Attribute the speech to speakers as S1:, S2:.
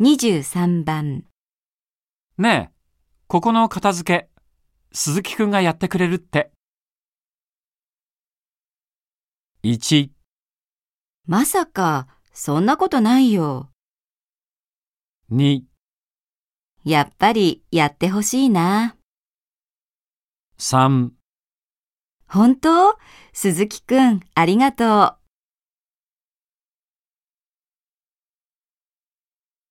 S1: 23番、
S2: ねえ、ここの片付け、鈴木くんがやってくれるって。1、
S1: まさか、そんなことないよ。
S2: 2、
S1: やっぱりやってほしいな。
S2: 3。
S1: 本当鈴木くん、ありがとう。